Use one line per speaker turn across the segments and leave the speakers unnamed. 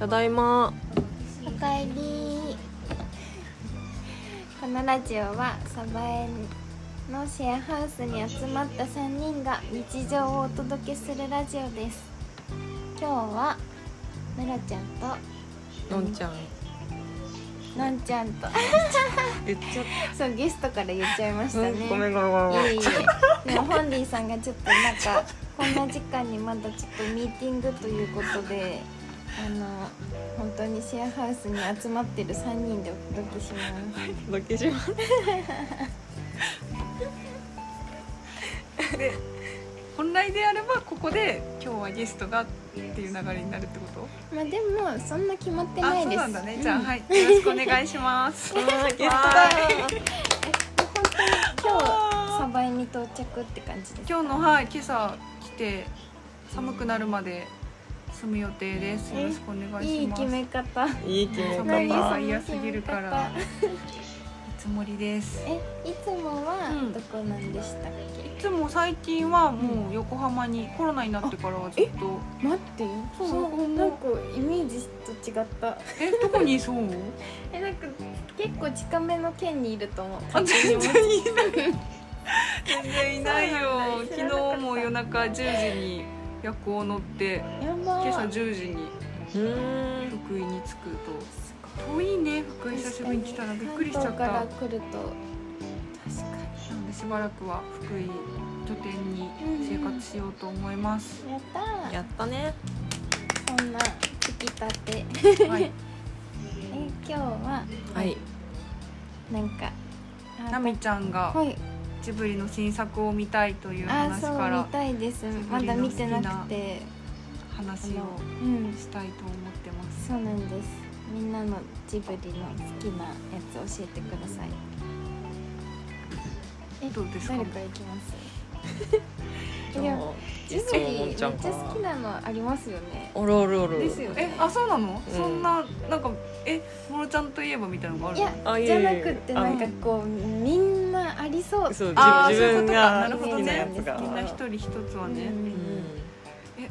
ただいま
おかえりこのラジオはサバエのシェアハウスに集まった3人が日常をお届けするラジオです今日はムロちゃん
のんちゃん
とのんちゃんと
言っちゃっ、
そうゲストから言っちゃいましたたね
ごめん
い
ごめんごめん
えいえでもホンディさんがちょっとなんかこんな時間にまだちょっとミーティングということであの本当にシェアハウスに集まってる3人でお届けします
お届けします
で本来であればここで今日はゲストがっていう流れになるってこと
まあでもそんな決まって
あ
ない
そう
です。
なんだねじゃあはいよろしくお願いします
ゲスト
だ
今日サ
あ
バイに到着って感じで
ー
す。
今日のはい今朝来て寒くなるまで住む予定ですよろしくお願い
い
し
い
ます
決め方。
いい決め
何
何
その
方
が嫌すぎるから
決め方
つもりです
え、いつもは
ん
どこなんでしたっ
いつも最近はもう横浜にコロナになってからはずっと
け？待ってよ。
そう
なんかイメージと違った。
えどこにそう
え、なんか結構近めの県にいると思う。
あ全然いない全然いないよ
そうなんだ知らなかった
昨日も夜中10時に夜行乗って
やば
今朝
ー。
10時に
うーん
福井に着くと遠いね福井久しぶりに来たらびっくりしちゃっ
関
たな
東から来ると確か
のでしばらくは福井拠点に生活しようと思います、
に。やった
やったね
ー。そんなつきたて。
はい
え、今日は
はい
なんか。あ
なみちゃんが
はい、
ジブリの新作を見たいという
あ
話
そう
か
見
ら
たいですまだ見てなくてあ
話
の
を
うん
したいと思ってます
そうなんですみんなのジブリの好きなやつ教えてくださいえ
どうですか
誰からいきます
じ
い
ゃ
や
あ
ジ
ゲス
ブ
ト
リ
のの
め
ん
っ
ち
ちゃ
ゃんか
好きなのありますよね
おるおるおる
ですよね
えあそうなの、
うん
そんななんかえもろちゃんといえばみたいなのがある
い
の
や
あいえい
じ
え
ゃなくて
あ
なんかこうみんなありそう
そう自
あー
自
そういう
分
ことか
が
なるほ
好
ど
きな
ね
やつが
好
みんな一
人
人一つはね
う、
うんん
え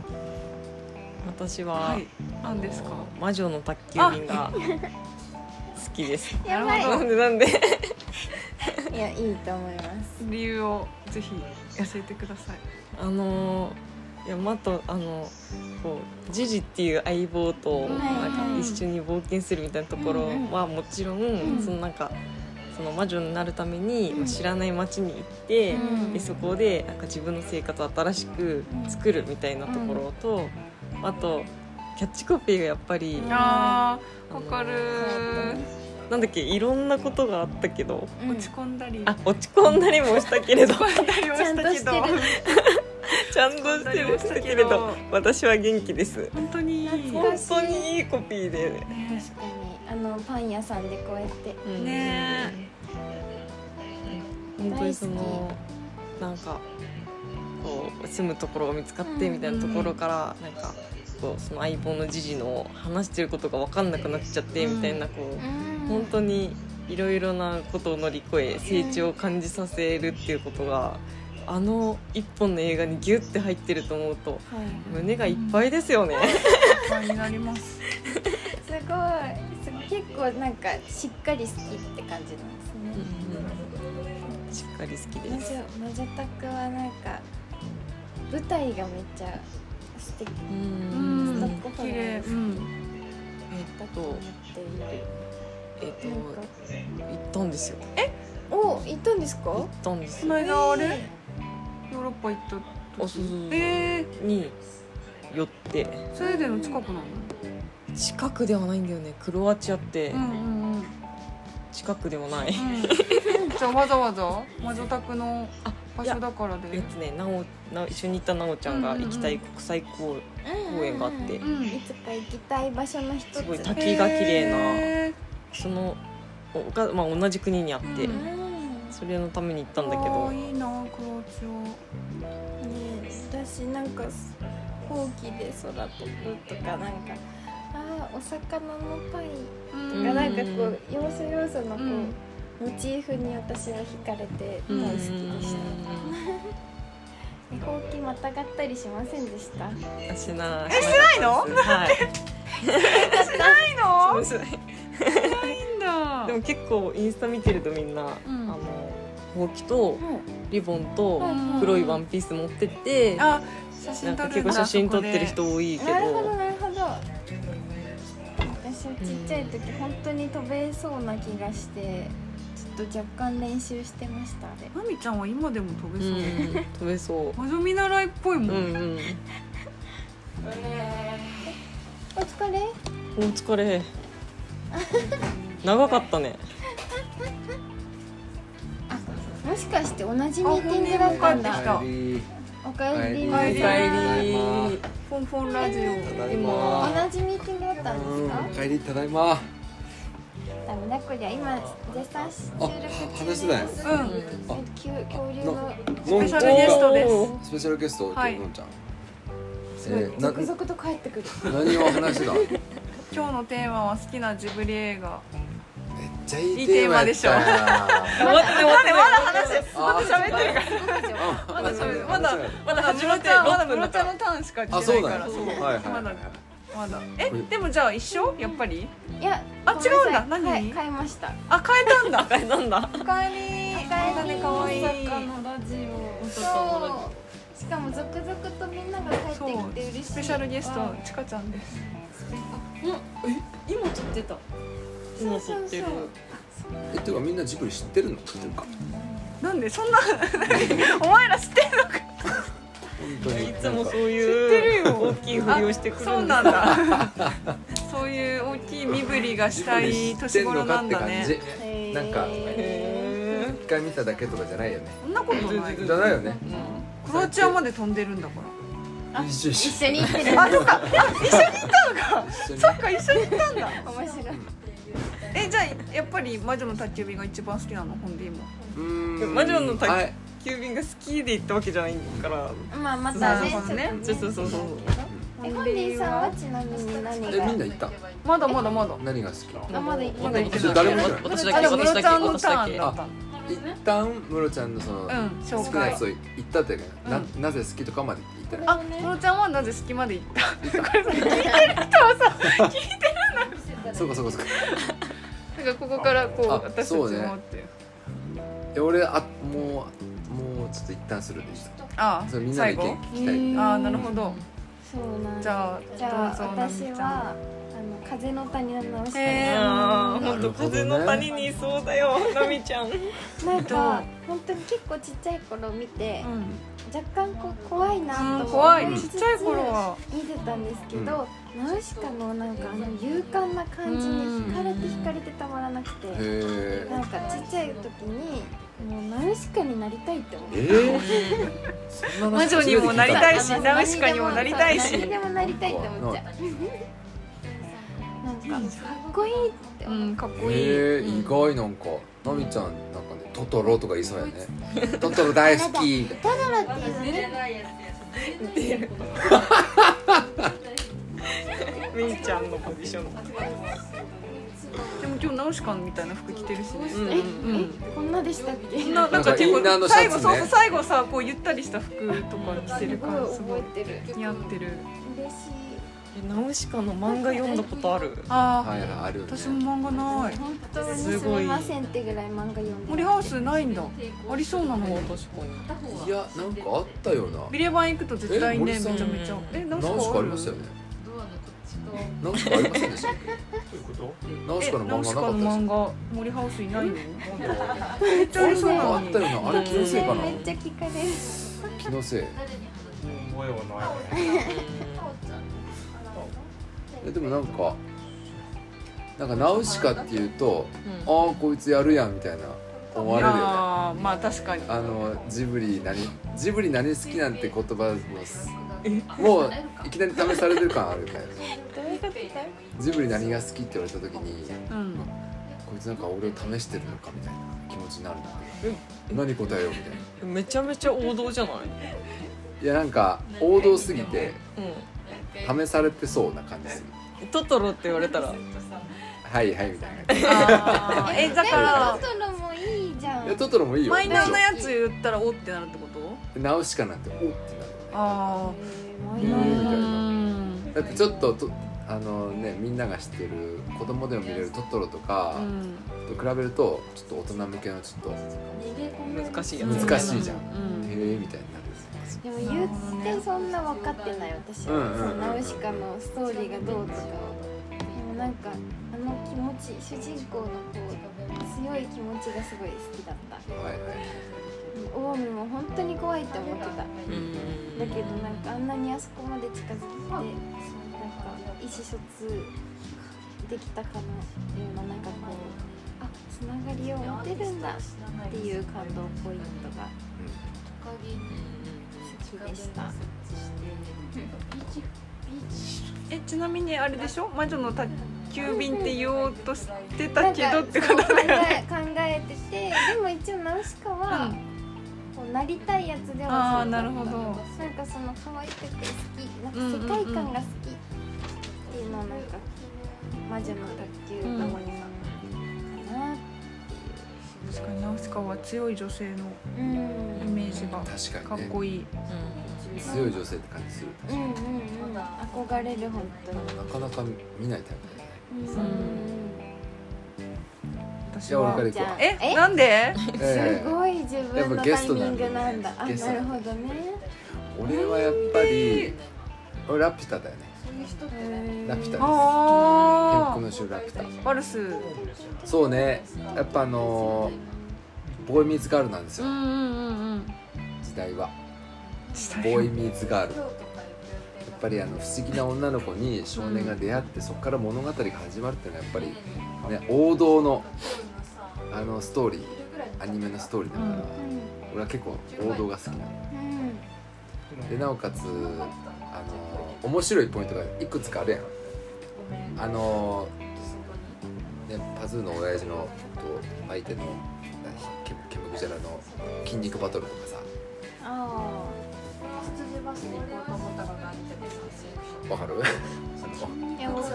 私は
はい何ですか
あの魔女の宅急便が好き です
やばい
なる
な
ほ
んでなんで
いやいいと思います
理由をぜひ教えてください
あのーいやまとあのこうジジっていう相棒とな
ん
んか一緒に冒険するみたいなところはもちろん、
うん
そのなんかその魔女になるために、
うん
知らない町に行って、
うん
でそこでなんか自分の生活を新しく作るみたいなところと、あとキャッチコピーがやっぱり、
うん
あーわかる
なんだっけいろんなことがあったけど
うん
落ち込んだり
あ落ち込んだりもしたけれど
落ち込んだりもしたけ
ちゃんと
ど
ちゃんとしてもしたけれど私は元気です。
本当にいい
懐
本
かしい
当にいいコピーで
ね
確かにあのパン屋さんでこうやって
ね
うん本当にそのなんかこう住むところが見つかって
うん
みたいなところから、なんかこうその相棒のじじの話してることが分かんなくなっちゃって
うん
みたいなこう、
本
本当にいろいろなことを乗り越え成長を感じさせるっていうことがあの一本の映画にギュッて入ってると思うと
はい、
胸がいっぱいですよね。
不安になります
すごいす結構なんかしっかり好きって感じなんですね
しっかり好き
魔
です。
女魔女宅はなんか舞台がめっちゃ素敵
う
うん
ん
ん綺麗うん
え
だ
っ
と思っ
と
ている
えっと
なんか
行ったんですよ。
お行ったんですか
行ったんです
この
よ。
間あれヨーロッパ行った
あそうそうそう
えー
に寄って
スウェーデンの近くなの
近くではないんだよね。クロアチアって
うんうん うん
近くでもない。
うんじゃあわざわざ魔女宅の場所だから
え
で
っとね、なおな一緒に行ったなおちゃんが行きたい国際公公園があって
うん
うん
いつか行きたい場所の一つ
すごい
高
滝が綺麗な
へ
そのおがまあ同じ国にあって
う
うん
ん
それのために行っ
ー
たんだけ
あ
ど
ーいいなクロアチ
ね私なんかほうきで空飛ぶとかなんかあーお魚のパイ
ア
うん
が
な
なんん
か
かこう要素要素のこう、
うん
モチーフに私は惹かれて
う
大
ん
好きでした。えほうきまたがったりしませんでした。
あしな
えしないの
はい。
ないの
そうです
ないんだ
でも結構インスタ見てるとみんな、
う
あ
ん
のほうきとリボンと
うん
黒いワンピース持ってって、
あ写
な
真
ん
撮
か
るんだ
結構写真撮ってる
そこ
人多いけど
なるほどなるほど私はちっちゃい時本当に飛べそうな気がしてちょっと若干練習してましたあれ
でまみちゃんは今でも飛
う
べそう、
ん、飛べそ
魔女見習いっぽいも
う、
ん、
うんうん、
お疲れ
お疲れ長かったね
もしかして同じミーティングだったん
あ本人も帰ってき
だ
た
り
おか
おかえ
えり
おかえり
り
フォンフォンラジ
ただ
オ
い
同
ま
じミーティングだったん
う
です
ん、
か
おかえりただいま
ダメだこりゃ今絶賛収録中で
話
す
してない
うん
あ
きゅ恐竜の
の
ペ
んち
シ
ゃ
ャ
ん
ルゲストです
おー
スペシャルゲスト、
はい
のんちゃん
すごい
えーな
続々と帰ってくる
何を話してためっ
今日のテーマは好きなジブリ映画
ちゃいい
いい
テ
テ
ー
ー
マ
マ
で
で
し
し
ょ
ょ
待って待ってまだ話
まだ
喋ってるから
ま
まだ喋るま
あ
だまだ始まってまだムロちゃんのターンしか来
あ
て
そう
な
な
か
いんだ
らそう
はいはい
まだまだえでもじゃあ一緒やっぱり
いや
あ
ごめなさい
違うんだ何
はい買いました
あ変えたん だ
あれなんだ
おかえりおかえりかわいい
のラジオそうしかも続々とみんなが帰って
そう
きて嬉しい
スペシャルゲスト
わ
のちかちゃんです
今撮ってた今撮ってる
そうそうそう
えっていうかみんなジブリ知ってるのっていうか
なんでそんな お前ら知ってる
本当に
いつもそう
知
い
っ
う
てるよ
大きい振りをしてくる
そうなんだそういう大きい身振りがしたい年頃なんだ
ジ
ね
ブリ知
へー
ってのかって感なんか
へ
じ一回見ただけとかじゃないよね
そんなことない
じゃないよね
クロアチアまで飛んでるんだから
あ
一緒
一
一緒
緒に行ってる
あ、そっか、
一緒に
そっか、一緒に行ったんだ。
面白い
え、じゃあ、やっぱり魔女の宅急便が一番好きなの、ほんで今。
うーん
魔女の宅
はい
急便が好きで行ったわけじゃないから
まあまたね
そうそうね
ちょっと
そうそうそう
え本人さんはちなみに何
えみん
が
な行った
まだまだまだ。
何が好き
あまだ行ってな
ま
い
だ行って
ち
な
ょっと
い
誰も知らない
私
あ、
だけ私
でも、ム
だ
ロち
け
ゃんの
私
タ
だ
ーン
け
だった。
一旦ムロちゃんのその、
うん、
好
紹
きなや
介
つ。を言ったっていうか、な
う
なぜ好きとかまで言ってない
あ、ムロちゃんはなぜ好きまで行った。
そうかそうかそうか
なんか、ここから、こう、
あ
私たち
そうね
もって。
え俺あもうもうちょっと一旦するでし
あ
たそれみ、んなの
最
意見
後。
聞きたいね
あ、なるほど。
そうなん
じゃあ、
じゃあ
どうぞなみ
私
ちゃん
はあの風の谷の直しか
へ
あー
な
本
る
当
ほどね
風の谷にいそうだよなみちゃん
なんか本当に結構ちっちゃい頃見て
う、ん。
若干こう怖いな
う
と
ん、
思
怖
い
い。
つ
ち
つ
っちゃい頃は。
見てたんですけど、ナウシカのなんかあの勇敢な感じに惹かれて惹かれてたまらなくて、
へ
なんかちっちゃい時にもうナウシカになりたいって思っ
え
て。
えー、そんな
魔
話
女にもなりたいし
あの
ナウシカにもなりたい
そ
し
う何にでもなりたいって思っちゃう。なんかかっこいいって
う
思っ
ん、かっこい
え
い。
ー、
う
意
ん
外なんかなみちゃんなんかねトトロとか言いそうやねトトロ大好きみたいな
た。トロっていうね
みーちゃんのポジション
でも、今日ナウシカみたいな服着てるしね。
うんうん
うん。
こんなでしたっけ？
そんななんか結
なんかインナーの
構
シ
最
ャツね
後そうそう最後さこうゆったりした服とか着て
す
る
ご
感じ
い
すごい
覚えてる。
似合ってる
嬉しい。
えナウシカの漫画読んだことある
ああ、
はいはいあるよね
私も漫画ない
本当にすみませんってぐらい漫画読んで
森ハウスないんだありそうなの
も
に
う確かに
いやなんかあったよな
ビレバン行くと絶対ね
え森
めち
さん
ゃめちゃえナウシ
ナウシ
カ
カ
あ
あり
る
ましたよねナウシカありませんでしたっけナウシ
え
カの
ナウ
漫
シ
画
カ
なか
の
ったですよ
漫画森ハウスいないのめっちゃありそうな
あ
の
っ
に
たよなあれ気のせいかな
めっちゃ聞かれる。
気のせいえでもなんかなんかナウシカっていうと、
う
ああこいつやるやんみたいな思われるよねあ
あーまあ確かに
のジブリ何ジブリ何好きなんて言葉もすもういきなり試されてる感あるから
どういうことだ？
ジブリ何が好きって言われた時に
うん
こいつなんか俺を試してるのかみたいな気持ちになるな何答えようみたいなん
めちゃめちゃ王道じゃない
いやなんか王道すぎて
う
試されてそうな感じする
んトトロって言われたら
はいはいみたいな感じ
あーえだから
トトロもいいじゃん。
いやトトロもいいよ
マイナー
も
なやつ言ったらおってなるってこと
ちろんナウシカなんておってなるよね
ああ
マ
う
イナー
ん
な。
だってちょっととあのねみんなが知ってる子供でも見れるトトロとか
うん、
と比べるとちょっと大人向けのちょっと
難しいやつ
難しいじゃん、
うん
へえみたいになる
でも言ってそんな分かってない私は、
うんうんうんうん
そのナウシカのストーリーがどうとかをでもなんかあの気持ち主人公のこう強い気持ちがすごい好きだった
はいはい
オウムも本当に怖いって思ってただ
うん
けどなんかあんなにあそこまで近づいてなんか意思疎通できたかのようななんかこうあつながりを持てるんだっていう感動ポイントが好きでした
えちなみにあれでしょ魔女の宅急便って言おうとしてたけどってこと
なんか
だよね
そう考え考えててでも一応ナウシカは、こうなりたいやつで
あ
は
あ
そうだ
な
った
るほど
なんかその可愛くて好き
うん
な
うん
ん
うん
か世界観が好きっていうのはなんか魔女の卓球の森さんかな
確かにナウシカは強い女性の
うんうん
イメージが
確
か
か
っ
にね
こいい
強い女性って感じする
うんうん憧れる本当に
なかなか見ないタイプだね
うん
そう
私
じゃあ俺か
は
ら行こ
じゃ
えなんで
す
うええ
ごい自分のタイミングなんだ
やっぱ
あ
ゲスト
な
な
る
ん
ほどね
俺はやっぱり俺ラピュタだよねラピュタです建
あ
国の州ラピュ
あ
タ
ワルスうん
そうねやっぱあのーボーイミーツガールなんです
う
よ
んうんうん
時代はボーイミーツガールやっぱりあの不思議な女の子に少年が出会ってそこから物語が始まるっていうのはやっぱりね王道のあのストーリーアニメのストーリーだから、俺は結構王道が好きなの
う
でなおかつあの面白いポイントがいくつかあるやんあのねパズーの親父のと相手のケムケムグジャラの筋肉バトルとかさ
んあ
わか るあの
あいやわな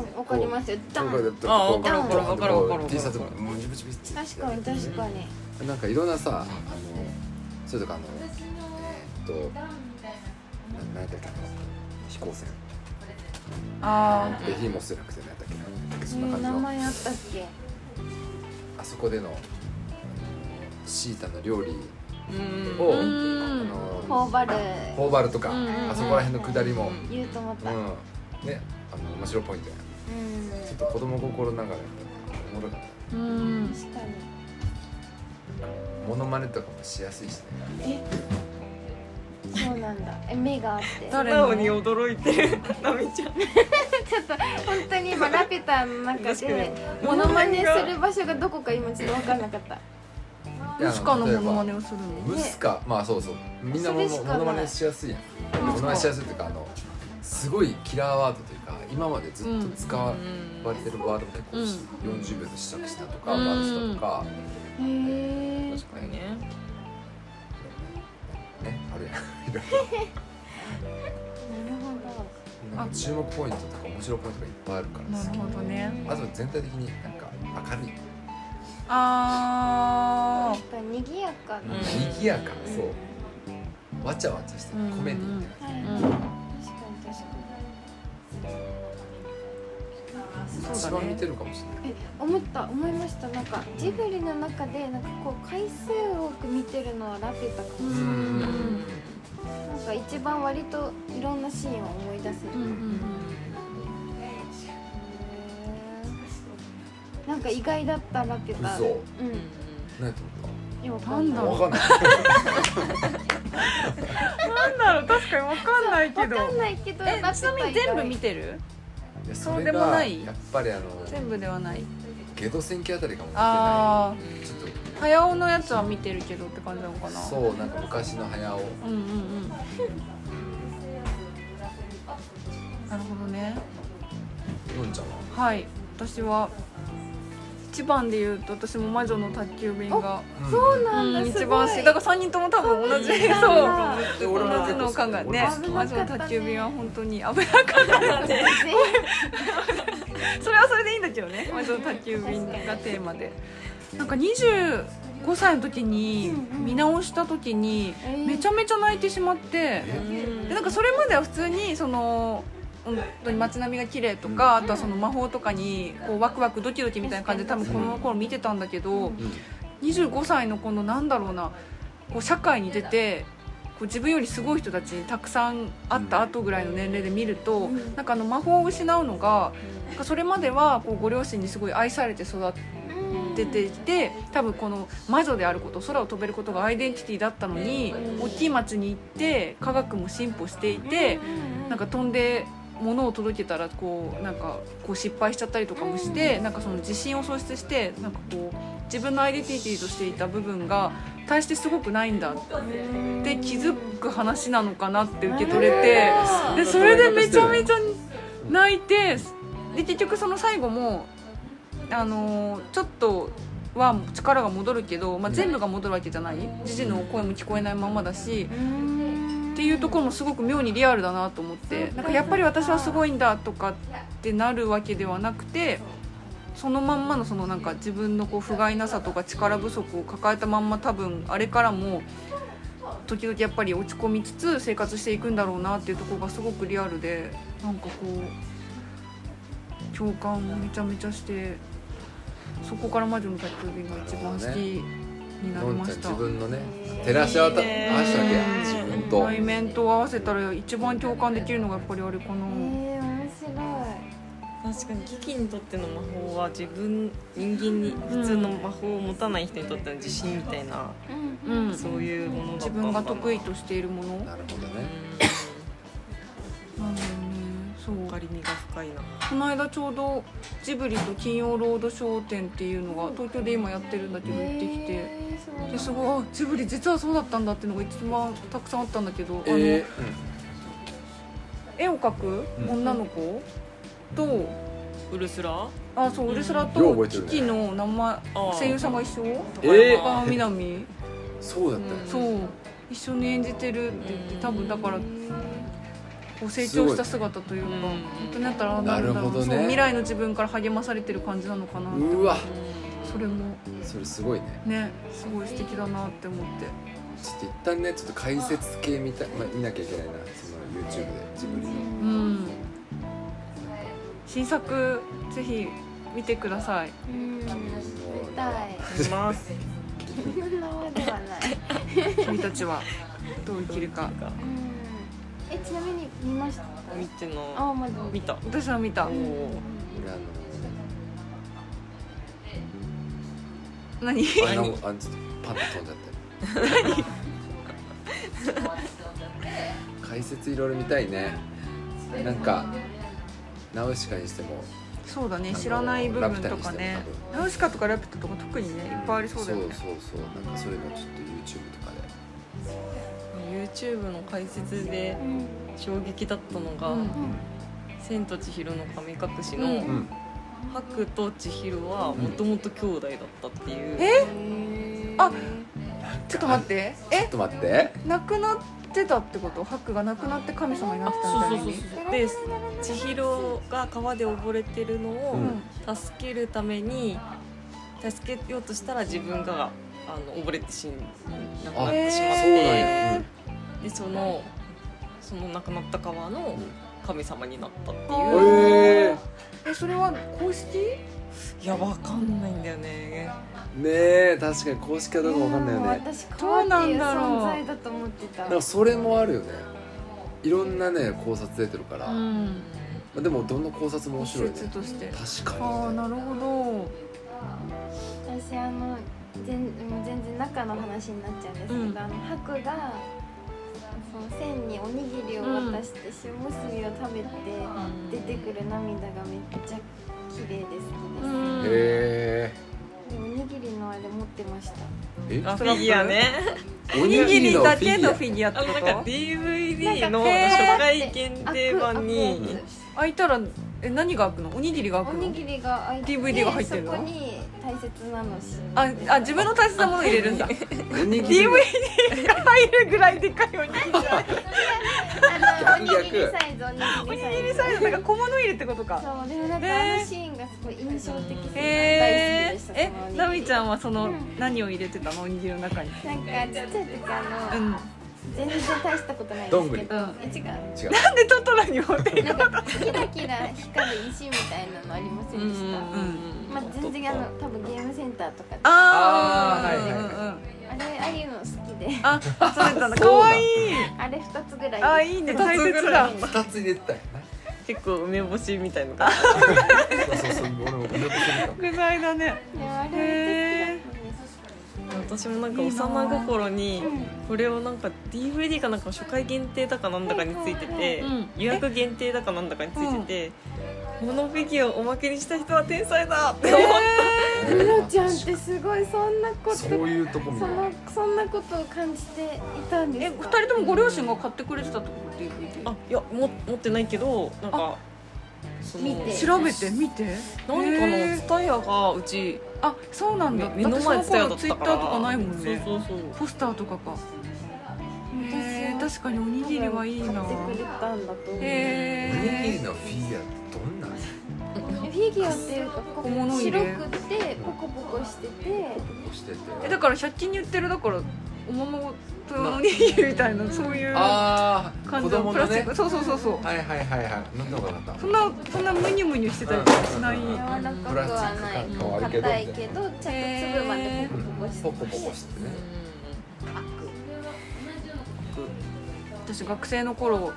んかわかりますよダン
あわかるわ
かる
わかるわかる
T シャツもブチブチブチ
確かに確かに
なんかいろんなさあのそれとかあのえーっとな何やったっけあの飛行船
あ
ベヒーモスじゃなくて何やったっけななんだっけ
え
そんな
ー名
感じの
前あったっけ
あそこでのあのシータの料理
うん
を、
うん
あ
頬
の
張る
頬張るとか、
うん
あそこら辺の下りも、
言うと思っ
う
たうんん
ねあの面白いポイントやちょっと子供心ながらおもろかっ
あうん
確かに
たモノマネとかもしやすいしね
そうなんだ。え目があって。
誰
素直に驚いてるなみちゃん
ちょっと本当に今ラピュタの中
確か
で
に
モノマネする場所がどこか今ちょっと分かんなかった。
いや
ムシカの
例えば
モノマネをするの
ムスカまあそうそうみんな
そ
も
れしか
モ
ない
ノマネしやすいやんモノマネしやすいというかあのすごいキラーワードというか今までずっと使われてるワードも結構、40秒で試着したとか、
うん
バーしたとか、
へえ。
確かにね
ねあるやん
なるほ
なんか注目ポイントとか面白いポイントがいっぱいあるから
な
好
る
き
ほどね
あと全体的になんか明るい
ど。な
あ
んか賑やか
う
な。
ん
賑やかそうわちゃわちゃしてる
うん
コメディみたい
はい
うん
確かに確か
な
そ
一
うだ
番見
ね
てるかもし
に。え思った思いましたなんかジブリの中でなんかこう回数多く見てるのはラピュタかも
れ
し
う
ない
ん
れない。なんか一番割といろんなシーンを思い出せる
うん。うん
へーなんか意外だったラピュタ。
嘘
うん。
何やと思っ
いやわかんない
た
なんだな
わかんない
んだろう確かにわかんないけど
わかんないけど
えちなみに全部見
て
てる
いや
そ
そうれ
でも
が
ない
やっぱりあの
全部ではない
ゲド戦記あたりかも見
あ
てないちょっ
あ早尾のやつは見てるけどって感じなのか
と
なう
そうなんか昔の早尾
うんうんうんなるほどね
のんちゃんは
はい私は一番で言うと私も魔女の宅急便が
そう
なんだ
うん
すごい
一番好きだから三人とも多分同じ
そうなん
そう
だ
で
同
俺も
じのを考えね
俺も
魔
危なかっ
女の
たね
宅急便は本当に危なかったねそれはそれでいいんだけどね魔女の宅急便がテーマでなんか25歳の時に見直した時にめちゃめちゃ泣いてしまって
え
でなんかそれまでは普通にその本当に街並みが綺麗とか、あとはその魔法とかにこうワクワクドキドキみたいな感じで多分この頃見てたんだけど、25歳のこのなんだろうなこう社会に出てこう自分よりすごい人たちにたくさん会った後ぐらいの年齢で見ると、
ん
なんかあの魔法を失うのがなんかそれまではこうご両親にすごい愛されて育ってていて多分この魔女であること空を飛べることがアイデンティティだったのに大きい町に行って科学も進歩していてなんか飛んで。物を届けたらこうなんかこう失敗しちゃったりとかもしてなんかその自信を喪失してなんかこう自分のアイデンティティとしていた部分が大してすごくないんだって気づく話なのかなって受け取れてでそれでめちゃめちゃ泣いてで結局その最後もあのーちょっとは力が戻るけど、まあ、全部が戻るわけじゃないジジの声も聞こえないままだしっていうところもすごく妙にリアルだなと思ってなんかやっぱり私はすごいんだとかってなるわけではなくて。そのまんまのそのなんか自分のこう不甲斐なさとか力不足を抱えたまんま多分あれからも時々やっぱり落ち込みつつ生活していくんだろうなっていうところがすごくリアルでなんかこう共感めちゃめちゃしてそこから魔女の宅急便が一番好きになり
のん
ま
ちゃん
した
自。分のね照らし合わた合わせたわけや自分と
対面と合わせたら一番共感できるのがやっぱりあれかな。
えー、面白い
確かにキキにとっての魔法は自分人間に普通の魔法を持たない人にとっての自信みたいな、
うん、
そ
自
ういうものだったのかな
分が得意としているもの。
なるほど
うん
ね
なんだよね。そう。
分かりみが深いな
この間ちょうどジブリと金曜ロードショー展っていうのが東京で今やってるんだけど行ってきて
えーそうなんだ
ですごいあジブリ実はそうだったんだっていうのが一番たくさんあったんだけど、
え
あの絵を描く
うん
女の子と
ウルスラ
あそうウルスラ
よう
と
覚えて
キ
るね
キの名前
あ
声優さんが一緒
高山
え
高みなみ
ーそうだったよ
うん
そう一緒に演じてるって言って多分だからこう成長した姿というか
すごい
本当になったらああなるんだろ
なるほ
う
どね
そう未来の自分から励まされてる感じなのかなって
うわ
それも。
それすごいね
ねすごい素敵だなって思って
ちょっと一旦ねちょっと解説系見た、まあ、見なきゃいけないなその YouTube で自分の
うん新作ぜひ見てくだ さい
うん
もう
痛い
います
そんなわけはない
君たちはどう生きるか
うんえちなみに見ました
見ての
あまだ
見た
私は見た
おー
俺あの
何
あれなんかあのちょっとパンと飛んじゃったよ解説いろいろ見たいねなんかナウシカにしても
そうだね知らない部分とかねナウシカとかラピュタとか特にねいっぱいありそうだよね
そうそうそうなんかそういうのちょっと YouTube とかで
YouTube の解説で
うん
衝撃だったのが「
うん
千と千尋の神隠し」
う
の
ん
ん
白と千尋はもともと兄弟だったっていう、
えあち
ち
ょっと待って
ちょ
え
っと待って
なくなってたってことハックがなくなって神様になってたみ
そう
た
そ
い
そう
うな意味
そうで千尋が川で溺れてるの
う
を
ん
助けるために助けようとしたら自分があの溺れて死ん亡くなっ
あ
てしまっ
そうなん
て、
や、うん
でそのその亡くなった川の神様になったって
う
いう、
ん
え
えそれは公式
いやわかんないんだよね
ー、ねえ確かに公式かどうかわかんないよね
私川っていう存在だと思ってた
なんかそれもあるよねいろんなね考察出てるから、
う
ま
ん
あ、でもどんな考察も面白いね
説として
確
あ
か
あ
に、ね、
なるほど
私あの全もう全然中の話になっちゃうんですけど、
うん
あの白がその線におにぎりを渡して塩むすびを食べて出てくる涙がめっちゃ綺麗で好きです、
うん
へ
でおにぎりのあれ持ってました
え
あフィギュアね
お
お
に
にぎ
ぎり
り
のフ
だ
ィギ
けのフ
ュ
ィギュアって
あのなん
こ
か
と
DVD の
へー
初回限定版に
開く開くや
開いたらえ何が開くのおにぎりが
つお
開く
に
の
ぎりが開いて
DVD が入ってるの
そこに大切なのし
ああ自分の大切なもの入れるんだ
アおにぎり
DVD
の
が入るぐらいでかいおにぎり
あのお
逆
にぎりサイズお
お
に
に
ぎ
ぎ
り
り
サイズ
サイズだから小物入れってことか
そうでもなんかあのシーンがすごい印象的すぎて大好き
へ
でした
え
そのおにぎり
えナミちゃんはその
うん
何を入れてたのおにぎりの中に
なんかちっちゃい時あ
う
の、
ん
全然大したことないです
どんぐ
け
り
どえ違う
違う
なんでトトロに持っていく
なんかキラキラ光る石みたいなのありませんでした。まあ全然あの多分ゲームセンターとかで、あ
あ
あーはいはいはい
うんうんうん
れああいうの好きで、
あ、そうだった可愛いい。
あれ二つぐらい。
あ、いいね、大切だ。
二つ入れてたよ
結構梅干しみたいな感
なそうそうそう俺も入れてるかも
具材だね。
でもあれめっちゃ好きだ
じ私もなんか幼心にこれをなんか DVD かなんか初回限定だかなんだかについてて
うん
予約限定だかなんだかについててこのフィギュアをおまけにした人は天才だって思って
ったんです。ロちゃんってすごいそんなこと、
そ
そう
いうとこ見る
のそんなことを感じていたんで
え、
す
二
か。
人ともご両親が買ってくれてたってこと DVD。
あいやも持ってないけどなんかその
見て
調べてみて。
何か
へ
の
ー
ツタヤがうち
あ、そうなんだ。
目の前
だ
に
っ
ツ
て
タ
そ
ヤだ
の頃
っ
ツ
た
イッ
か
タ
ら
ーとかないもんね。
そうそうそう
ポスターとかか。へえ、
私
確かにおにぎりはいいな。
買ってくれたんだと思う。
お
へ
にぎり
え。
のフィギュアってどんなの
フィギュアっていうかここ
小物入れ
白くてポコポコしてて。
こうしてて
え、だから百均に売ってるだからおままごとおにぎりみたいなそういう感
ああ
じ
子
の
供
プラ
の
スチ
ね
ック。そうそうそうそう。
はいはいはいはいなんだかな
そんなそんなムニュムニュしてたりとかしない。
うんうんうんうん
柔らかくはない硬いけどちゃんと粒までポコポコして
ポコポコしてね
私学生の頃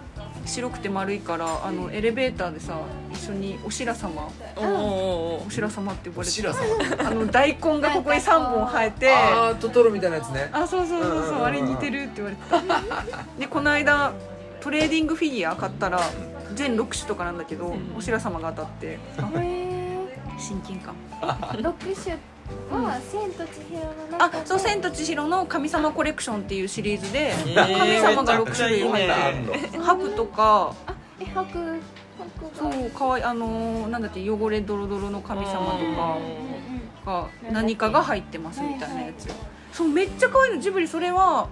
白くて丸いからあのエレベーターでさ一緒におしらさま
おーおーお
お
ー
しらさまって呼ば
お
れ
してらさ
あの大根がここに3本生えて
ああトトロみたいなやつね
あそうそうそう
うんうん
そううん
うん
あれ似てるって言われてた でこの間トレーディングフィギュア買ったら全6種とかなんだけどおしらさまが当たってあ親近感
六種は千と千尋の
あ
中で
そう「千と千尋の神様コレクション」っていうシリーズで
えー
神様が
め
6
ちゃくちゃ
種
いいね
類入って
あんの
るハブとか
あえ白白
そ
が
うかわいあのーなんだっけ汚れドロドロの神様と
う
か
んうん
が
うん
何かが入ってますみたいなやつそうめっちゃ可愛いのジブリそれは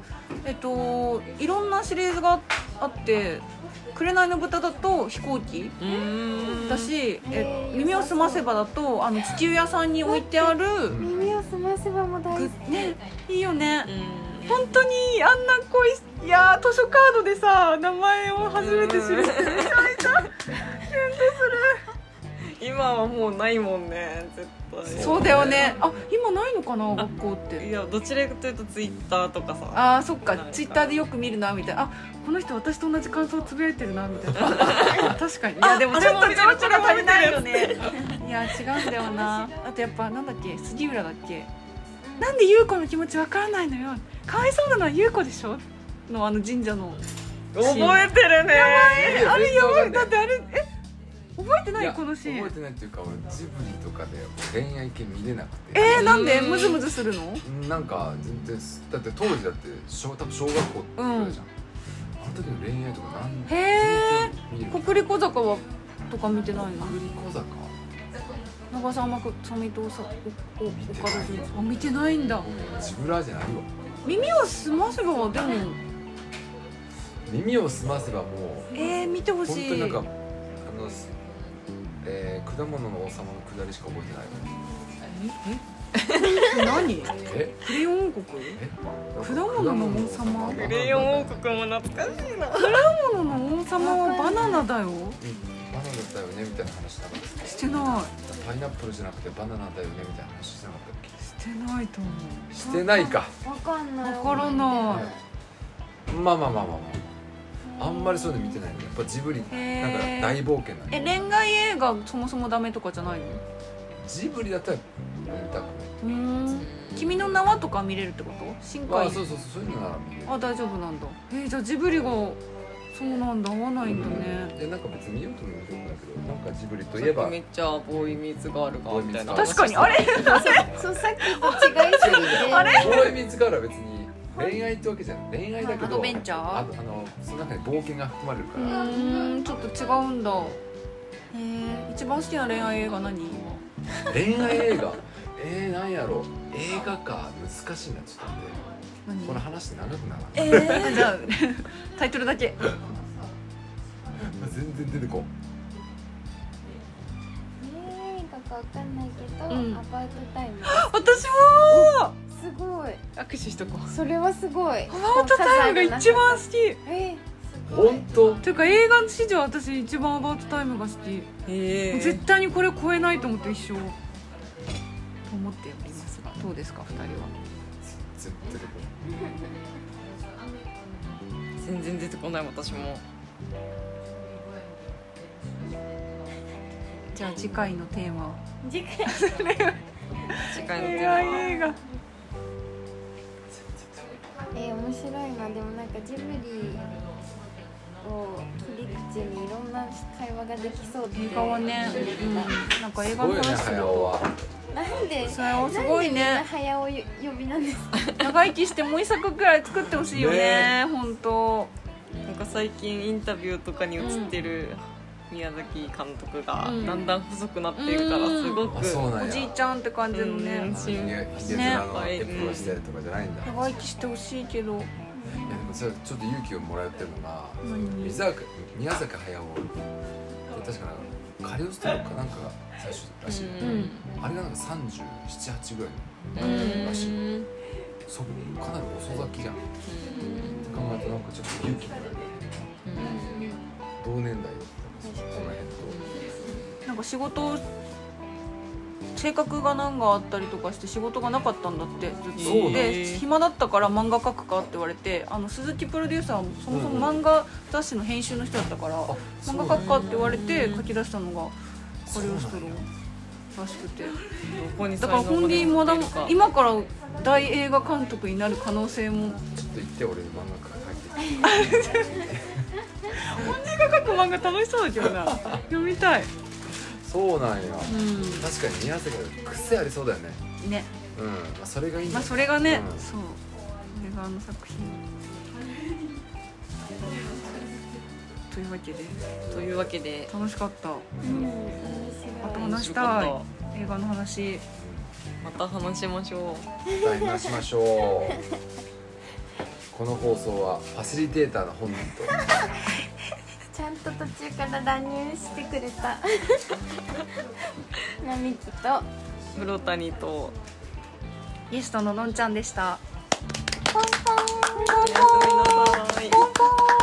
えっといろんなシリーズがあって「紅の豚」だと飛行機
うーん
だし「え耳をすませば」だとあの地球屋さんに置いてある
耳をすませばも大
グ
好
ッねいいよね
うん
本当にあんな恋しいやー図書カードでさ名前を初 めて知る
今はもうないもんね絶対
そうだよねあ今ないのかな学校って
いやどちらかというとツイッターとかさ
あーそっか
なんか
ツイッターでよく見るなみたいなあこの人私と同じ感想をつぶやいてるなみたいな 確かにいやでもちょっと情緒が足りないよね いや違うんだよなあとやっぱなんだっけ杉浦だっけなんで優子の気持ちわからないのよかわいそうなのは優子でしょのあの神社の
覚えてるね
えあれやばいだってあれえ覚えてないい
や
このシー
覚え
ン
てないっていうか俺ジブリとかで恋愛系見れなくて
えー、なんでムズムズするの
なんか全然すだって当時だって小多分小学校とかじゃん、あの時の恋愛とかなん
へえ
全然見る
国立小坂はとか見てないの
国立小坂
長澤まさみとさおお
見て
岡
ない
田准一あ見てないんだ
もうジブラじゃないわ
耳を澄ませばはでも
耳を澄ませばも
えー、見てほ
う本当
しい
になんかあの、すえー、果物の王様のくだりしか覚えてないわ
ええ何
え
クレヨン王国果物の王様
クレヨン王国も懐かしいな
果物の王様はバナナだよ
バナナだよねみたいな話しなかったっ
してな
けパイナップルじゃなくてバナナだよねみたいな話してなかったっ
いしてないと思
けしてないか
きわかんない
わからない
まあまあまあまあまああんまりそういうの見てないねやっぱジブリなんか
へー
大冒険なん
うえ
で
恋愛映画そもそもダメとかじゃないの
ジブリだったら見たくないう
ーん君の名はとか見れるってこと新
まあ
海
そうそうそうそういうのなら見る
あ大丈夫なんだえー、じゃあジブリがそうなんだ合わないんだね
いやなんか別に見ようとも見ようともだけどなんかジブリといえば
めっちゃボーイミーツガールがみたいな
あ
確かにあれ
そうさっきと違いすぎてあれ
ボーイミーツガールは別に恋愛ってわけじゃない恋愛だけど
アドベンチャー
ああのその中に冒険が含まれる
う
から
ーんちょっと違うんだえー、一番好きな恋愛映画何
恋愛映画えー、なんやろう映画か難しいなちょっと待ってこ
何
れ話長くならない、
えー、 じゃあタイトルだけ
全然出てこん
映画かわかんないけど、
うん
アバウトタイム
私も
すすごい
握手しとこう
それはすごい
ハマートタイムが一番好き
え
本当
というか映画史上私一番アバウトタイムが好き、
へえ
絶対にこれ超えないと思って一生と思っておりますがどうですか二人は
全部出てこ
全然出てこない私も
じゃあ次回のテーマは
次回
次回のテ
恋
ー
愛
マは
映画
えー面白いなでもなんかジブリを切り口にいろんな会話ができそうって
映画はね、うん、なんか
ない
映
す
画の
ごい
話す
ね
る
早尾
と
は
なんで
それはすごいね
なんでみんな早尾呼びなんですか
長生きしてもう一作くらい作ってほしいよね本当
なんか最近インタビューとかに映ってる宮崎監督が
うん
だんだん細くなってるから
うん
すごく
あそうなんや
おじいちゃんって感じの
う
ね
ん
あのひげひげ面のエプロンしてるとかじゃないんだ、いや
長生きしてほしいけど
でもそれちょっと勇気をもらってるのが
何
宮崎宮崎駿確かなカリオストロかなんかが最初らしいよね、
うん
あれがなんか378ぐらい
うん
らしいそこかなり遅咲きじゃんって考えてなんかちょっと勇気もらえる同年代その辺
なんか仕事を性格が何があったりとかして仕事がなかったんだってずっ
そう
と
なの
で暇だったから漫画描くかって言われてあの鈴木プロデューサーもそもそも漫画雑誌の編集の人だったから
と
漫画描くかって言われて
うん
書き出したのがカリオストロらしくて
どこに
だから本人まだ今から大映画監督になる可能性も
ちょっと行って俺に漫画から書いて
描く漫画楽しそうだけど な読みたい
そうなんや
う
確かに宮崎駿癖ありそうだよね
んね
うんまあそれがいいん
ま
だ
あそれがね、
うん
そうそれがあの作品というわけで
というわけで
楽しかった
うん面白い
また話したい映画の話
また話しましょ
対話しましょうこの放送はファシリテーターの本人と
ちゃんと途中から乱入してくれ た並木と
う黒谷と
ゲストののんちゃんでした
ポンポン
おやすみなさい
ポンポン